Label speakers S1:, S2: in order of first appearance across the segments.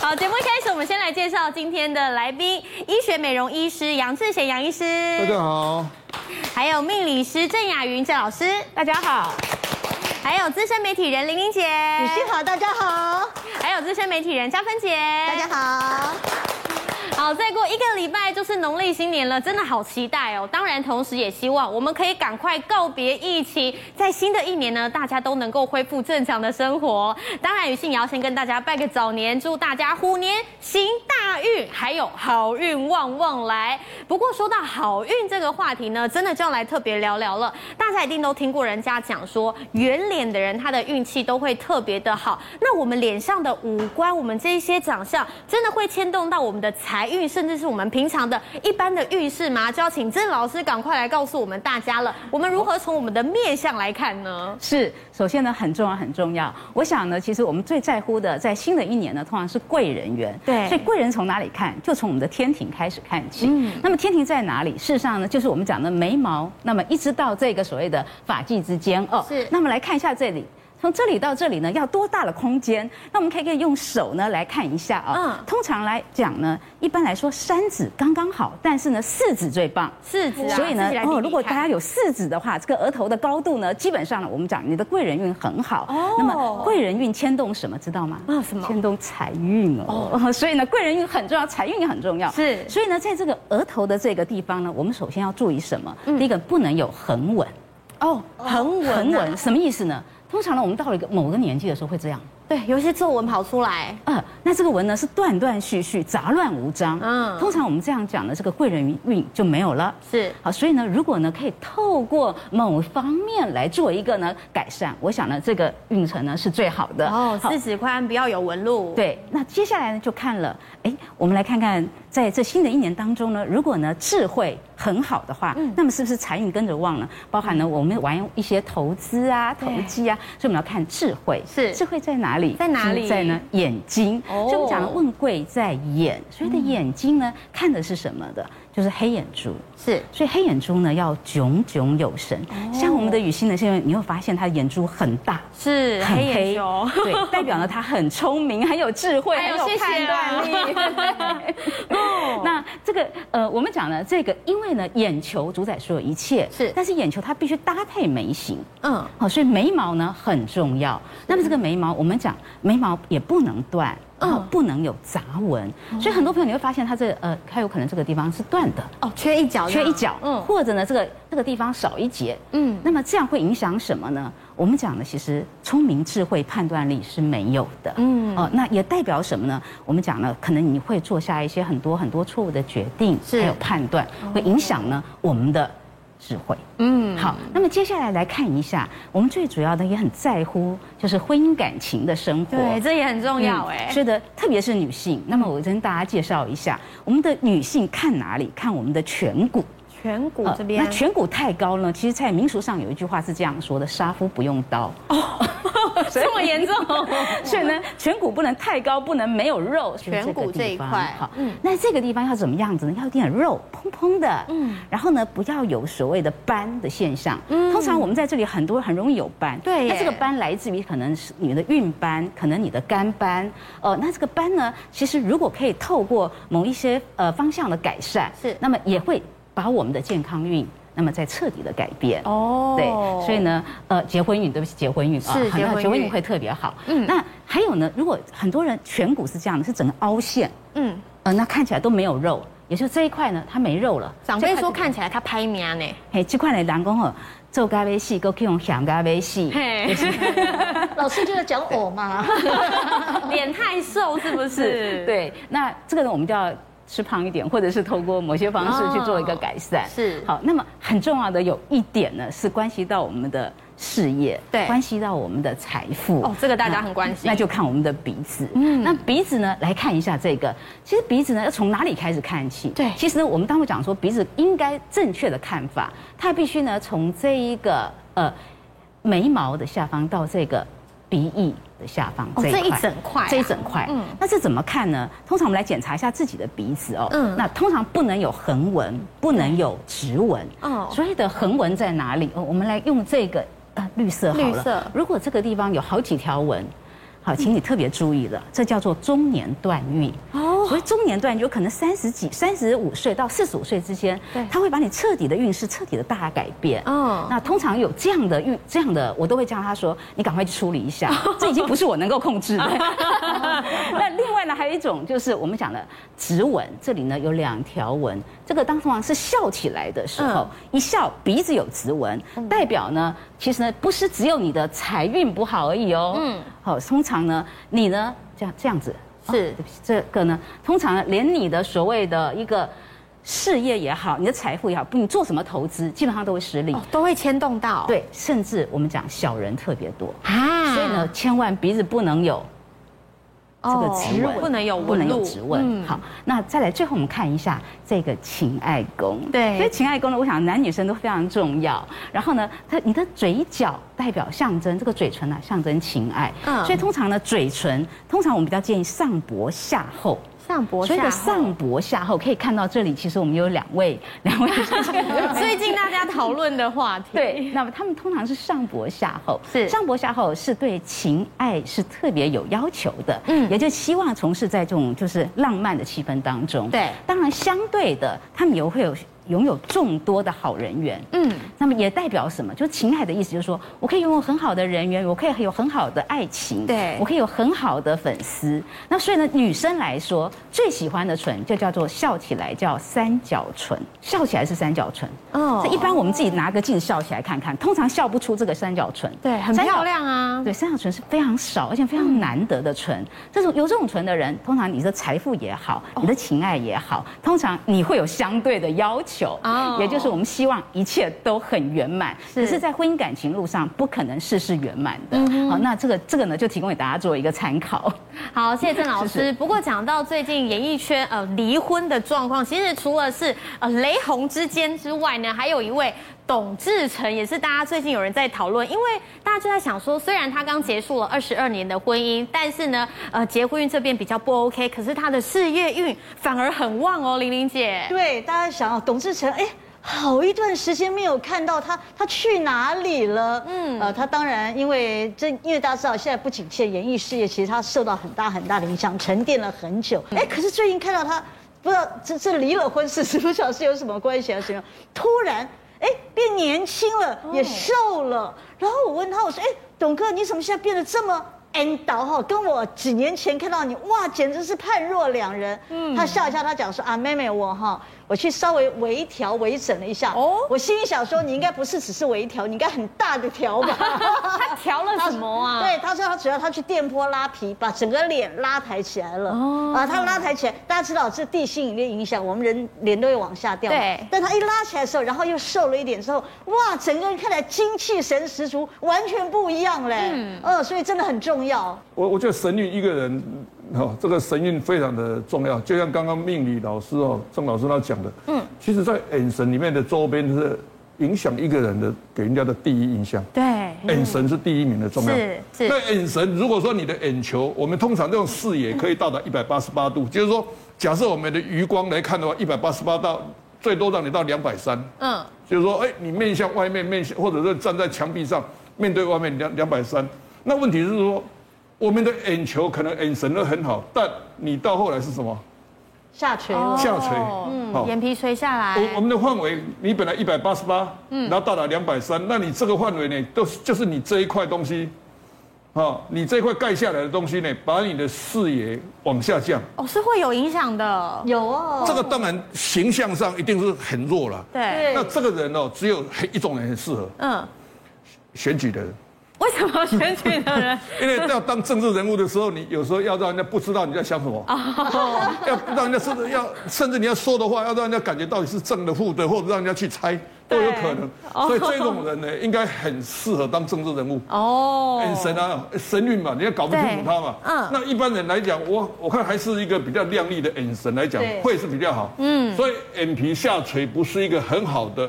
S1: 好，节目一开始，我们先来介绍今天的来宾：医学美容医师杨志贤杨医师，
S2: 大家好。
S1: 还有命理师郑雅云郑老师，
S3: 大家好。
S1: 还有资深媒体人玲玲姐，女
S4: 士好，大家好。
S1: 还有资深媒体人嘉芬姐，
S4: 大家 好。
S1: 好，再过一个礼拜就是农历新年了，真的好期待哦！当然，同时也希望我们可以赶快告别疫情，在新的一年呢，大家都能够恢复正常的生活。当然，雨欣也要先跟大家拜个早年，祝大家虎年行大运，还有好运旺旺来。不过说到好运这个话题呢，真的就要来特别聊聊了。大家一定都听过人家讲说，圆脸的人他的运气都会特别的好。那我们脸上的五官，我们这一些长相，真的会牵动到我们的财运，甚至是我们平常的一般的运势吗？就要请郑老师赶快来告诉我们大家了，我们如何从我们的面相来看呢？
S3: 是，首先呢，很重要，很重要。我想呢，其实我们最在乎的，在新的一年呢，通常是贵人缘。
S1: 对
S3: 所以贵人从哪里看？就从我们的天庭开始看起。嗯。那么天庭在哪里？事实上呢，就是我们讲的眉毛，那么一直到这个所谓的发际之间哦。
S1: 是
S3: 那么来看一下这里。从这里到这里呢，要多大的空间？那我们可以可以用手呢来看一下啊、
S1: 嗯
S3: 通常来讲呢，一般来说三指刚刚好，但是呢四指最棒。
S1: 四指啊，
S3: 所以呢
S1: 四指来，比比
S3: 哦，如果
S1: 看
S3: 大家有四指的话，这个额头的高度呢，基本上呢，我们讲你的贵人运很好。
S1: 哦
S3: 那么贵人运牵动什么，知道吗？
S1: 啊什么
S3: 牵动财运哦。 所以呢，贵人运很重要，财运也很重要。
S1: 是
S3: 所以呢，在这个额头的这个地方呢，我们首先要注意什么？第一个，不能有横纹。
S1: 嗯哦，横纹啊，
S3: 横纹什么意思呢？通常呢，我们到了一个某个年纪的时候会这样。
S1: 对，有一些皱纹跑出来，
S3: 呃，那这个文呢是断断续续、杂乱无章。
S1: 嗯
S3: 嗯，通常我们这样讲的，这个贵人运就没有了。
S1: 是
S3: 好，所以呢，如果呢可以透过某方面来做一个呢改善，我想呢这个运程呢是最好的。
S1: 哦，
S3: 呃好
S1: 四指宽，不要有纹路。，
S3: 对，那接下来呢就看了，哎，我们来看看，在这新的一年当中呢，如果呢智慧很好的话，
S1: 嗯
S3: 那么是不是财运跟着旺呢？包含呢我们玩一些投资啊、投机啊，所以我们要看智慧，
S1: 是
S3: 智慧在哪里？
S1: 在哪里
S3: 就是在呢眼睛，
S1: 哦嗯
S3: 所以我们讲的问贵在眼，所以的眼睛呢看的是什么的？就是黑眼珠。
S1: 是
S3: 所以黑眼珠呢要炯炯有神，
S1: 哦
S3: 像我们的雨欣呢，现在你会发现她的眼珠很大，
S1: 是
S3: 很
S1: 黑眼球。
S3: 对，代表呢他很聪明，很有智慧，
S1: 哎呦
S3: 很有
S1: 谢谢
S3: 判断力。
S1: 哦
S3: 那这个呃，我们讲呢，这个因为呢，眼球主宰所有一切，
S1: 是
S3: 但是眼球它必须搭配眉形。
S1: 嗯，
S3: 好，所以眉毛呢很重要。那么这个眉毛，我们讲眉毛也不能断，然
S1: 嗯
S3: 后不能有杂纹。所以很多朋友你会发现，他这呃，他有可能这个地方是断的，
S1: 哦，缺一角，
S3: 缺一角，
S1: 嗯
S3: 或者呢，这个这个地方少一节，
S1: 嗯
S3: 嗯，那么这样会影响什么呢？我们讲的其实聪明、智慧、判断力是没有的，嗯，哦，那也代表什么呢？我们讲了，可能你会做下一些很多很多错误的决定，
S1: 是哦
S3: 还有判断，会影响呢我们的智慧。
S1: 嗯，
S3: 好，那么接下来来看一下，我们最主要的也很在乎就是婚姻感情的生活，
S1: 对，这也很重要
S3: 嗯
S1: 哎。
S3: 是的，特别是女性。那么我跟大家介绍一下，我们的女性看哪里？看我们的颧骨。
S1: 颧骨
S3: 呃
S1: 这边
S3: 那，颧骨太高呢，其实，在民俗上有一句话是这样说的：“杀夫不用刀。”
S1: 哦 这么严重？
S3: 所以呢， 颧骨不能太高，不能没有肉。所以
S1: 颧骨
S3: 个地
S1: 这一
S3: 方
S1: 块
S3: 好
S1: 嗯，
S3: 那这个地方要怎么样子呢？要有点肉，蓬蓬的，嗯，然后呢，不要有所谓的斑的现象。通常我们在这里很多很容易有斑，
S1: 嗯对耶
S3: 那这个斑来自于可能是你的孕斑，可能你的肝斑，呃，那这个斑呢，其实如果可以透过某一些呃方向的改善，
S1: 是
S3: 那么也会把我们的健康运。那么再彻底的改变
S1: 哦
S3: 对，所以呢，呃，结婚运，对不起，结婚运啊，
S1: 是
S3: 很好
S1: 结婚运
S3: 结婚运会特别好。嗯，那还有呢，如果很多人颧骨是这样的，是整个凹陷，
S1: 嗯，
S3: 呃，那看起来都没有肉，也就这一块呢，它没肉了。
S1: 长辈说看起来他拍名 呢，
S3: 嘿，这块呢，人讲哦，做咖啡戏，够去用香咖啡戏，
S1: 嘿，
S4: 老师就在讲我嘛，
S1: 脸太瘦是不是？，
S3: 对，那这个呢，我们就要吃胖一点，或者是透过某些方式去做一个改善。
S1: 哦是
S3: 好，那么很重要的有一点呢，是关系到我们的事业，
S1: 对
S3: 关系到我们的财富。
S1: 哦这个大家很关心
S3: 那。那就看我们的鼻子。嗯，那鼻子呢，来看一下这个。其实鼻子呢，要从哪里开始看起？
S1: 对
S3: 其实呢，我们当会讲说鼻子应该正确的看法，它必须呢从这一个呃眉毛的下方到这个鼻翼的下方
S1: 哦
S3: 块
S1: 这一整块啊
S3: 这一整块。嗯，那这怎么看呢？通常我们来检查一下自己的鼻子哦。
S1: 嗯
S3: 嗯，那通常不能有横纹，不能有直纹。
S1: 哦
S3: 哦，所以的横纹在哪里？哦，我们来用这个呃绿色好了。
S1: 绿色
S3: 如果这个地方有好几条纹，好，请你特别注意了，这叫做中年断运。
S1: 哦
S3: 所谓中年段，有可能三十几、三十五岁到四十五岁之间
S1: 对，
S3: 他会把你彻底的运势彻底的大改变。
S1: 嗯
S3: 那通常有这样的运，这样的我都会叫他说：“你赶快去处理 一下，这已经不是我能够控制的。”那另外呢，还有一种就是我们讲的直纹，这里呢有两条纹，这个当通啊常是笑起来的时
S1: 嗯
S3: 候，一笑鼻子有直纹，代表呢，其实呢不是只有你的财运不好而已哦。
S1: 嗯
S3: 嗯，好，通常呢你呢这样这样子。
S1: 是
S3: 哦对不起这个呢，通常连你的所谓的一个事业也好，你的财富也好，不你做什么投资，基本上都会失利。
S1: 哦，都会牵动到。
S3: 对，甚至我们讲小人特别多，
S1: 啊，
S3: 所以呢，千万鼻子不能有这个
S1: 指
S3: 指纹，
S1: 不能有
S3: 不
S1: 纹
S3: 能
S1: 路，
S3: 有指纹。
S1: 嗯
S3: 好，那再来最后我们看一下这个情爱宫。
S1: 对
S3: 所以情爱宫呢，我想男女生都非常重要。然后呢，它你的嘴角代表象征这个嘴唇呢、啊，象征情爱。
S1: 嗯
S3: 所以通常呢，嘴唇通常我们比较建议上薄下厚。
S1: 上脖
S3: 所以
S1: 下
S3: 的
S1: 后。
S3: 上薄下厚，可以看到这里，其实我们有两位，两位
S1: 最近大家讨论的话题，
S3: 对，那么他们通常是上薄下厚，
S1: 是
S3: 上薄下厚是对情爱是特别有要求的，
S1: 嗯
S3: 嗯，也就希望从事在这种就是浪漫的气氛当中，
S1: 对
S3: 当然相对的，他们也会有拥有众多的好人缘，
S1: 嗯，
S3: 那么也代表什么？就是情爱的意思，就是说我可以拥有很好的人缘，我可以有很好的爱情，
S1: 对
S3: 我可以有很好的粉丝。那所以呢，女生来说最喜欢的唇就叫做笑起来叫三角唇，笑起来是三角唇。
S1: 哦
S3: 这一般我们自己拿个镜笑起来看看，通常笑不出这个三角唇。
S1: 对，很
S3: 三角
S1: 漂。亮啊，
S3: 对，三角唇是非常少，而且非常难得的
S1: 嗯
S3: 唇。这种有这种唇的人，通常你的财富也好，
S1: 哦
S3: 你的情爱也好，通常你会有相对的要求，
S1: 哦
S3: 也就是我们希望一切都很圆满。
S1: 是嗯
S3: 可是，在婚姻感情路上，不可能事事圆满的。好，那这个这个呢，就提供给大家做一个参考。
S1: 好，谢谢郑 老师。不过讲到最近演艺圈呃离婚的状况，其实除了是呃雷洪之间之外呢，还有一位董志成，也是大家最近有人在讨论，因为大家就在想说，虽然他刚结束了二十二年的婚姻，但是呢，呃，结婚运这边比较不 OK，可是他的事业运反而很旺哦，玲玲姐。
S4: 对，大家想哦，董志成，哎。好一段时间没有看到他，他去哪里了？
S1: 嗯
S4: 嗯，呃，他当然因为这，因为大家知道现在不仅限演艺事业，其实他受到很大很大的影响，沉淀了很久。哎，可是最近看到他，不知道这这离了婚四十不晓得是有什么关系还是什么，突然哎变年轻了，也瘦了。然后我问他，我说，哎，董哥，你怎么现在变得这么？N 倒哈，跟我几年前看到你，哇，简直是判若两人。嗯，他笑一笑，他讲说啊，妹妹我哈，我去稍微微调、微整了一下。
S1: 哦
S4: 哦，我心里想说，你应该不是只是微调，你应该很大的调 吧？
S1: 他调了什么啊？
S4: 对，他说他只要他去电波拉皮，把整个脸拉抬起来了。
S1: 哦
S4: 哦，啊，他拉抬起来，大家知道这地心引力影响，我们人脸都会往下掉。
S1: 对
S4: 但他一拉起来的时候，然后又瘦了一点之后，哇，整个人看起来精气神十足，完全不一样嘞。嗯，呃，所以真的很重要。
S2: 我我觉得神韵一个人，哦，这个神韵非常的重要。就像刚刚命理老师哦，郑老师他讲的，嗯，其实，在眼神里面的周边是影响一个人的给人家的第一印象。
S1: 对，
S2: 眼神嗯是第一名的重要。
S1: 是是
S2: 那眼神，如果说你的眼球，我们通常这种视野可以到达一百八十八度，就是说，假设我们的余光来看的话，一百八十八到最多让你到两百三。
S1: 嗯，
S2: 就是说，哎、你面向外面，面向或者是站在墙壁上，面对外面两两百三。那问题是说，我们的眼球可能眼神都很好，但你到后来是什么？
S4: 下垂了。
S2: 下垂
S1: 嗯，
S2: 好
S1: 眼皮垂下
S4: 哎
S1: 来，
S2: 我我们的范围，你本来一百八十八，
S4: 嗯
S2: 然后到达两百三，那你这个范围呢，都是就是你这一块东西，啊、你这块盖下来的东西呢，把你的视野往下降，
S1: 哦是会有影响的，
S4: 有哦，
S2: 这个当然形象上一定是很弱了。
S1: 对，
S4: 对
S2: 那这个人哦，只有一种人很适合
S1: 嗯，
S2: 选举的人，
S1: 为什么选举的人？
S2: 因为要当政治人物的时候，你有时候要让人家不知道你在想什么，
S1: 哦
S2: 要让人家甚至要甚至你要说的话，要让人家感觉到底是正的负的，或者让人家去猜都有可能。所以这种人呢，应该很适合当政治人物。
S1: 哦，
S2: 眼神啊，神韵嘛，你要搞不清楚他嘛。
S1: 对嗯
S2: 那一般人来讲，我我看还是一个比较亮丽的眼神来讲
S4: 对，
S2: 会是比较好。嗯，所以眼皮下垂不是一个很好的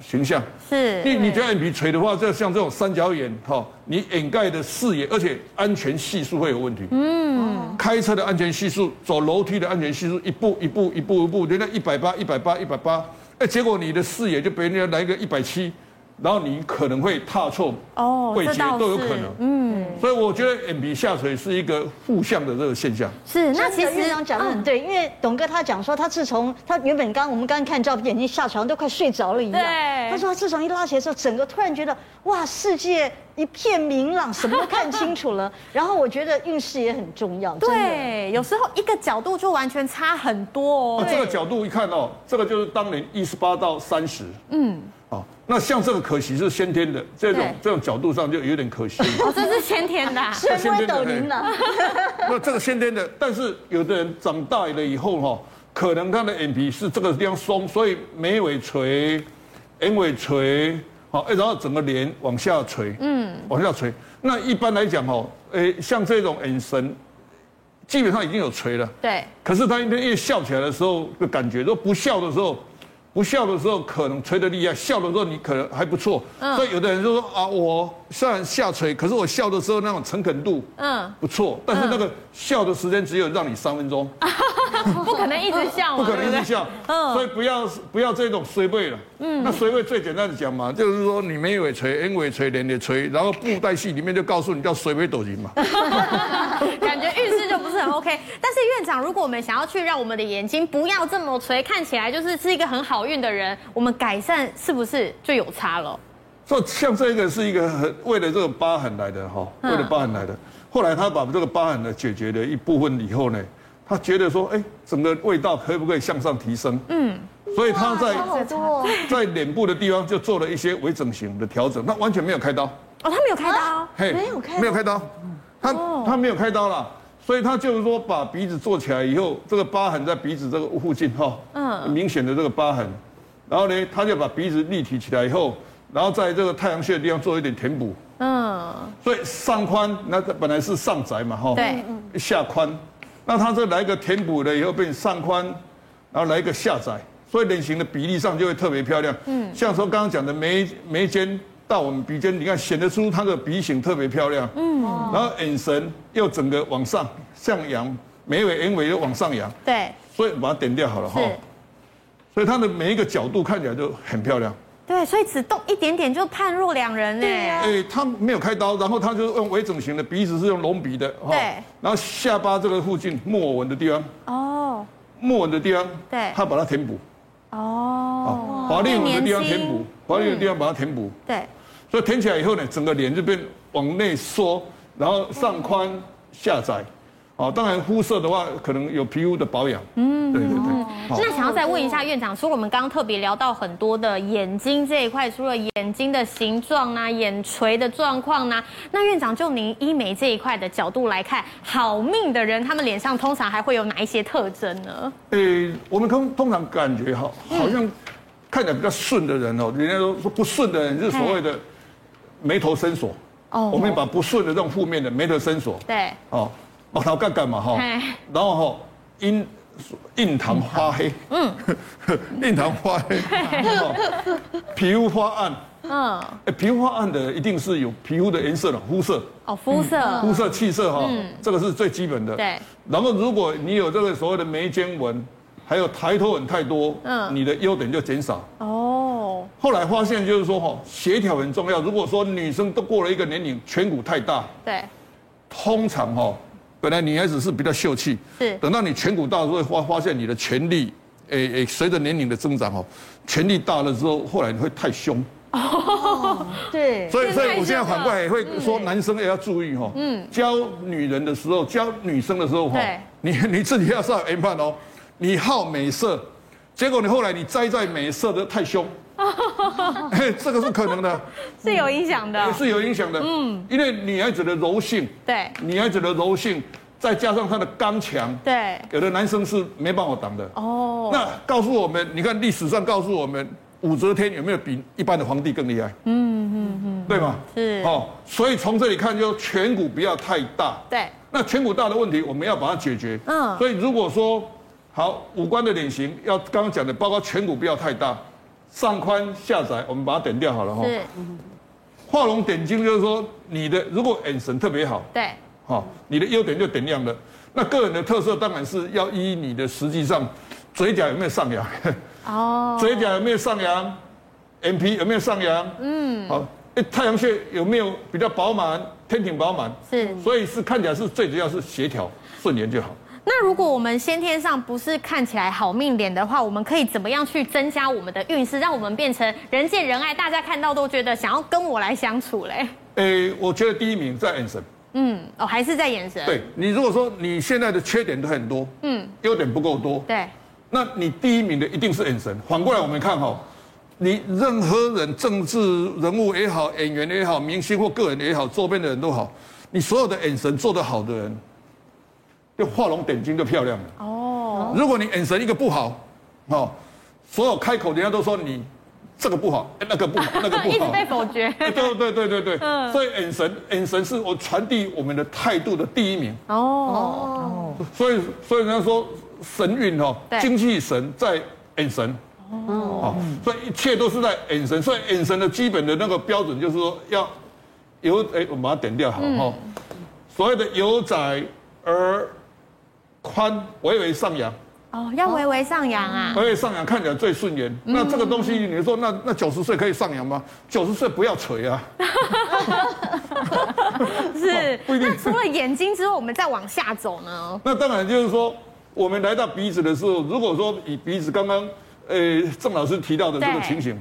S2: 形象。
S1: 是
S2: 你你觉得眼皮垂的话，就像这种三角眼哈、你掩盖的视野，而且安全系数会有问题。嗯，开车的安全系数，走楼梯的安全系数，一步一步一步一步，人家一百八、一百八、一百八，哎，结果你的视野就被人家来个一百七。然后你可能会踏错
S1: 哦
S2: 贵
S1: 这
S2: 节
S1: 倒
S2: 都有
S1: 是
S2: 可能。
S1: 嗯，
S2: 所以我觉得眼皮下垂是一个互相的这个现象。
S1: 是。那
S4: 那
S1: 其
S4: 其
S1: 实
S4: 实长讲的很
S1: 嗯
S4: 对，因为董哥他讲说，他自从他原本刚我们刚刚看照片，眼睛下床都快睡着了一样。
S1: 对
S4: 他说他自从一拉起来之后，整个突然觉得哇，世界一片明朗，什么都看清楚 了。然后我觉得运势也很重要，真的。
S1: 对，有时候一个角度就完全差很多
S2: 哦
S1: 哦，。
S2: 这个角度一看哦，这个就是当年一十八到三十，嗯，哦，那像这个可惜是先天的，这种
S1: 对
S2: 这种角度上就有点可惜。
S1: 哦，这是先天 的啊、
S4: 神威抖灵了，
S2: 那这个先天的，但是有的人长大了以后哈、可能他的眼皮是这个地方松，所以眉尾垂、眼尾垂，好、哎然后整个脸往下垂，嗯，往下垂。那一般来讲哈、诶、像这种眼神，基本上已经有垂了。
S1: 对，
S2: 可是他一天一笑起来的时候的感觉，都不笑的时候，不笑的时候可能吹得厉害，笑的时候你可能还不错。所以有的人就说啊，我虽然下垂，可是我笑的时候那种诚恳度，
S1: 嗯
S2: 嗯，不错。但是那个笑的时间只有让你三分钟，
S1: 不可能一直笑
S2: 不
S1: 嘛，
S2: 可
S1: 对不
S2: 能一
S1: 对
S2: 直？笑。
S1: 嗯
S2: 所以不要不要这种衰位了。嗯，那衰位最简单的讲嘛，就是说你眉尾垂、眼尾垂、脸也垂，然后布袋戏里面就告诉你叫随尾抖型嘛。
S1: 感觉运势就不是很 OK。但是院长，如果我们想要去让我们的眼睛不要这么垂，看起来就是是一个很好运的人，我们改善是不是就有差了？
S2: 所以像这个是一个很为了这个疤痕来的哈，为了疤痕来的。后来他把这个疤痕呢解决了一部分以后呢，他觉得说，哎，整个味道可不可以向上提升？嗯，所以他在
S4: 差好多哦。
S2: 在脸部的地方就做了一些微整形的调整，他完全没有开刀，
S1: 哦，他没有开刀，
S2: 嘿，
S4: 没有开刀哦
S2: 没有开刀，他他没有开刀啦。所以他就是说，把鼻子做起来以后，这个疤痕在鼻子这个附近哈，嗯，明显的这个疤痕，然后呢，他就把鼻子立体起来以后，然后在这个太阳穴的地方做一点填补，
S1: 嗯，
S2: 所以上宽那本来是上窄嘛，哈，
S1: 对，
S2: 下宽，那它这来一个填补了以后变上宽，然后来一个下窄，所以脸型的比例上就会特别漂亮。嗯，像说刚刚讲的眉眉间到我们鼻尖，你看显得出它的鼻型特别漂亮。嗯，然后眼神又整个往上向扬，眉尾眼尾又往上扬，
S1: 对，
S2: 所以把它点掉好了哈。
S1: 是，
S2: 所以它的每一个角度看起来就很漂亮。
S1: 对，所以只动一点点就判若两人
S4: 对啊
S1: 哎
S4: 呀。
S2: 哎、他没有开刀，然后他就是用微整形的，鼻子是用隆鼻的，哈
S1: 对
S2: 然后下巴这个附近木偶纹的地方，
S1: 哦
S2: 木纹的地方，
S1: 对
S2: 他把它填补，
S1: 哦，
S2: 啊，华丽纹的地
S1: 变
S2: 方
S1: 年
S2: 填补
S1: 轻，嗯
S2: 华丽纹的地方把它填补，
S1: 对，
S2: 所以填起来以后呢，整个脸就变往内缩，然后上宽下窄，哦，当然肤色的话，可能有皮肤的保养，嗯，对对
S1: 哦
S2: 对，好
S1: 那想要再问一下院长，除了我们刚刚特别聊到很多的眼睛这一块，除了眼睛的形状啊、眼垂的状况呢，那院长就您医美这一块的角度来看，好命的人他们脸上通常还会有哪一些特征呢？
S2: 诶、哎我们通通常感觉哈，好像看起来比较顺的人
S1: 嗯
S2: 哦，人家都说不顺的人是所谓的眉头深锁。
S1: 哦
S2: 哦，我们把不顺的这种负面的眉头深锁，
S1: 对，
S2: 哦，把头干干嘛哈
S1: 嘿，
S2: 然后哈印印堂发黑，嗯， 印堂发 黑，哦皮肤发暗，
S1: 嗯，
S2: 诶皮肤发暗的一定是有皮肤的颜色了，肤色。
S1: 哦，
S2: 嗯
S1: 肤色，
S2: 肤色、气色哈、这个是最基本的。
S1: 嗯对。
S2: 然后，如果你有这个所谓的眉间纹，还有抬头纹太多，
S1: 嗯
S2: 嗯，你的优点就减少。
S1: 哦，
S2: 后来发现就是说哈、协调很重要。如果说女生都过了一个年龄，颧骨太大，
S1: 对，
S2: 通常哈、本来女孩子是比较秀气，
S1: 是
S2: 等到你颧骨大之后，发发现你的权力，诶诶，随着年龄的增长哦，权力大了之后，后来你会太凶。
S1: 哦
S4: 对，
S2: 所以，
S1: 变
S2: 所以
S1: 态
S2: 我现在
S1: 性
S2: 反
S1: 了
S2: 过来也会说，男生也要注意哈。嗯，教女人的时候，教女生的时候哈
S1: 对，
S2: 你你 自己要上 M 判哦。你好美色，结果你后来你栽在美色的太 凶，嘿这个是可能的，
S1: 是有影响的
S2: 也，是有影响的。啊嗯，因为女孩子的柔性，
S1: 对，
S2: 女孩子的柔性，再加上她的刚强，
S1: 对，
S2: 有的男生是没办法挡的。
S1: 哦，
S2: 那告诉我们，你看历史上告诉我们，武则天有没有比一般的皇帝更厉害？嗯嗯嗯，对吗？
S1: 是
S2: 哦，所以从这里看，就颧骨不要太大。
S1: 对，
S2: 那颧骨大的问题，我们要把它解决。
S1: 嗯
S2: 嗯，所以如果说好五官的脸型，要刚刚讲的，包括颧骨不要太大，上宽下窄，我们把它点掉好了哈、
S1: 是，
S2: 画龙点睛就是说，你的如果眼神特别好，
S1: 对，
S2: 好、哦你的优点就点亮了。那个人的特色当然是要依 你的实际上，嘴角有没有上扬，
S1: 哦，
S2: 嘴角有没有上扬，眼皮有没有上扬，嗯，好，诶太阳穴有没有比较饱满，天庭饱满，
S1: 是
S2: 所以是看起来是最主要是协调顺延就好。
S1: 那如果我们先天上不是看起来好命脸的话，我们可以怎么样去增加我们的运势，让我们变成人见人爱，大家看到都觉得想要跟我来相处嘞？
S2: 诶，我觉得第一名在眼神，
S1: 嗯，哦，还是在眼神。
S2: 对你如果说你现在的缺点都很多，嗯，优点不够多，
S1: 对
S2: 那你第一名的一定是眼神。反过来我们看哈、你任何人，政治人物也好，演员也好，明星或个人也好，周边的人都好，你所有的眼神做得好的人，就画龙点睛就漂亮了。
S1: 哦，
S2: 如果你眼神一个不好，哦，所有开口人家都说你这个不好，哎那个 不好，那个不
S1: 一直
S2: 好。
S1: 被嗯否决。
S2: 哎对对对对对，所以眼神眼神是我传递我们的态度的第一名。
S1: 哦，
S2: 所以所以人家说神韵哦
S1: 对，
S2: 精气神在眼神。哦，所以一切都是在眼神，所以眼神的基本的那个标准就是说要有哎，我们把它点掉好哦。所谓的有窄而宽，微微上扬，
S1: 哦，要微微上扬啊。
S2: 微微上扬看起来最顺眼。那这个东西，你说那那九十岁可以上扬吗？九十岁不要垂啊。
S1: 是。
S2: 不一定
S1: 那除了眼睛之后，我们再往下走呢？哦
S2: 那当然就是说，我们来到鼻子的时候，如果说以鼻子刚刚，呃，郑老师提到的这个
S1: 对
S2: 情形，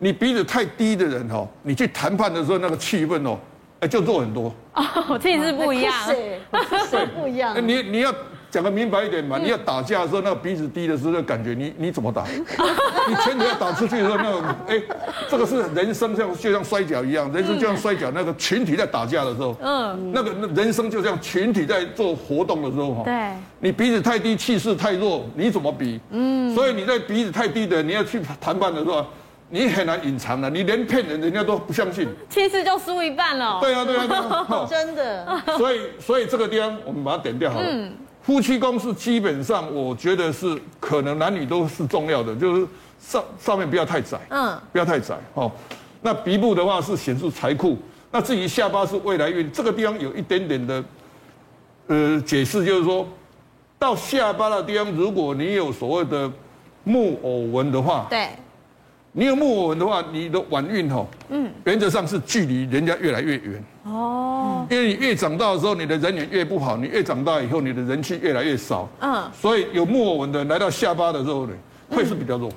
S2: 你鼻子太低的人哦，你去谈判的时候那个气氛哦，哎，就弱很多。
S1: 哦，气质不一样。
S4: 肤色不一样 啊
S2: 哎。你你要讲的明白一点嘛，你要打架的时候，那个鼻子低的时候，那感觉你你怎么打？ 你拳头要打出去的时候，那种哎，这个是人生像就像摔跤一样，人生就像摔跤，那个群体在打架的时候，嗯，那个那人生就像群体在做活动的时候哈，
S1: 对
S2: 你鼻子太低，气势太弱，你怎么比？嗯，所以你在鼻子太低的，你要去谈判的时候。你很难隐藏了、你连骗人人家都不相信。
S1: 气势就输一半了。
S2: 对啊，对啊，对啊。哦
S4: 真的，
S2: 所以，所以这个地方我们把它点掉好了。夫妻宫是基本上，我觉得是可能男女都是重要的，就是上上面不要太窄，
S1: 嗯
S2: 嗯，不要太窄哦。那鼻部的话是显出财库，那至于下巴是未来运，这个地方有一点点的，呃，解释就是说，到下巴的地方，如果你有所谓的木偶纹的话，
S1: 对，
S2: 你有木偶纹的话，你的晚运吼，嗯，原则上是距离人家越来越远。
S1: 哦，
S2: 因为你越长大的时候，你的人缘越不好，你越长大以后，你的人气越来越少。
S1: 嗯
S2: 所以有木偶纹的人来到下巴的时候呢，会是比较弱。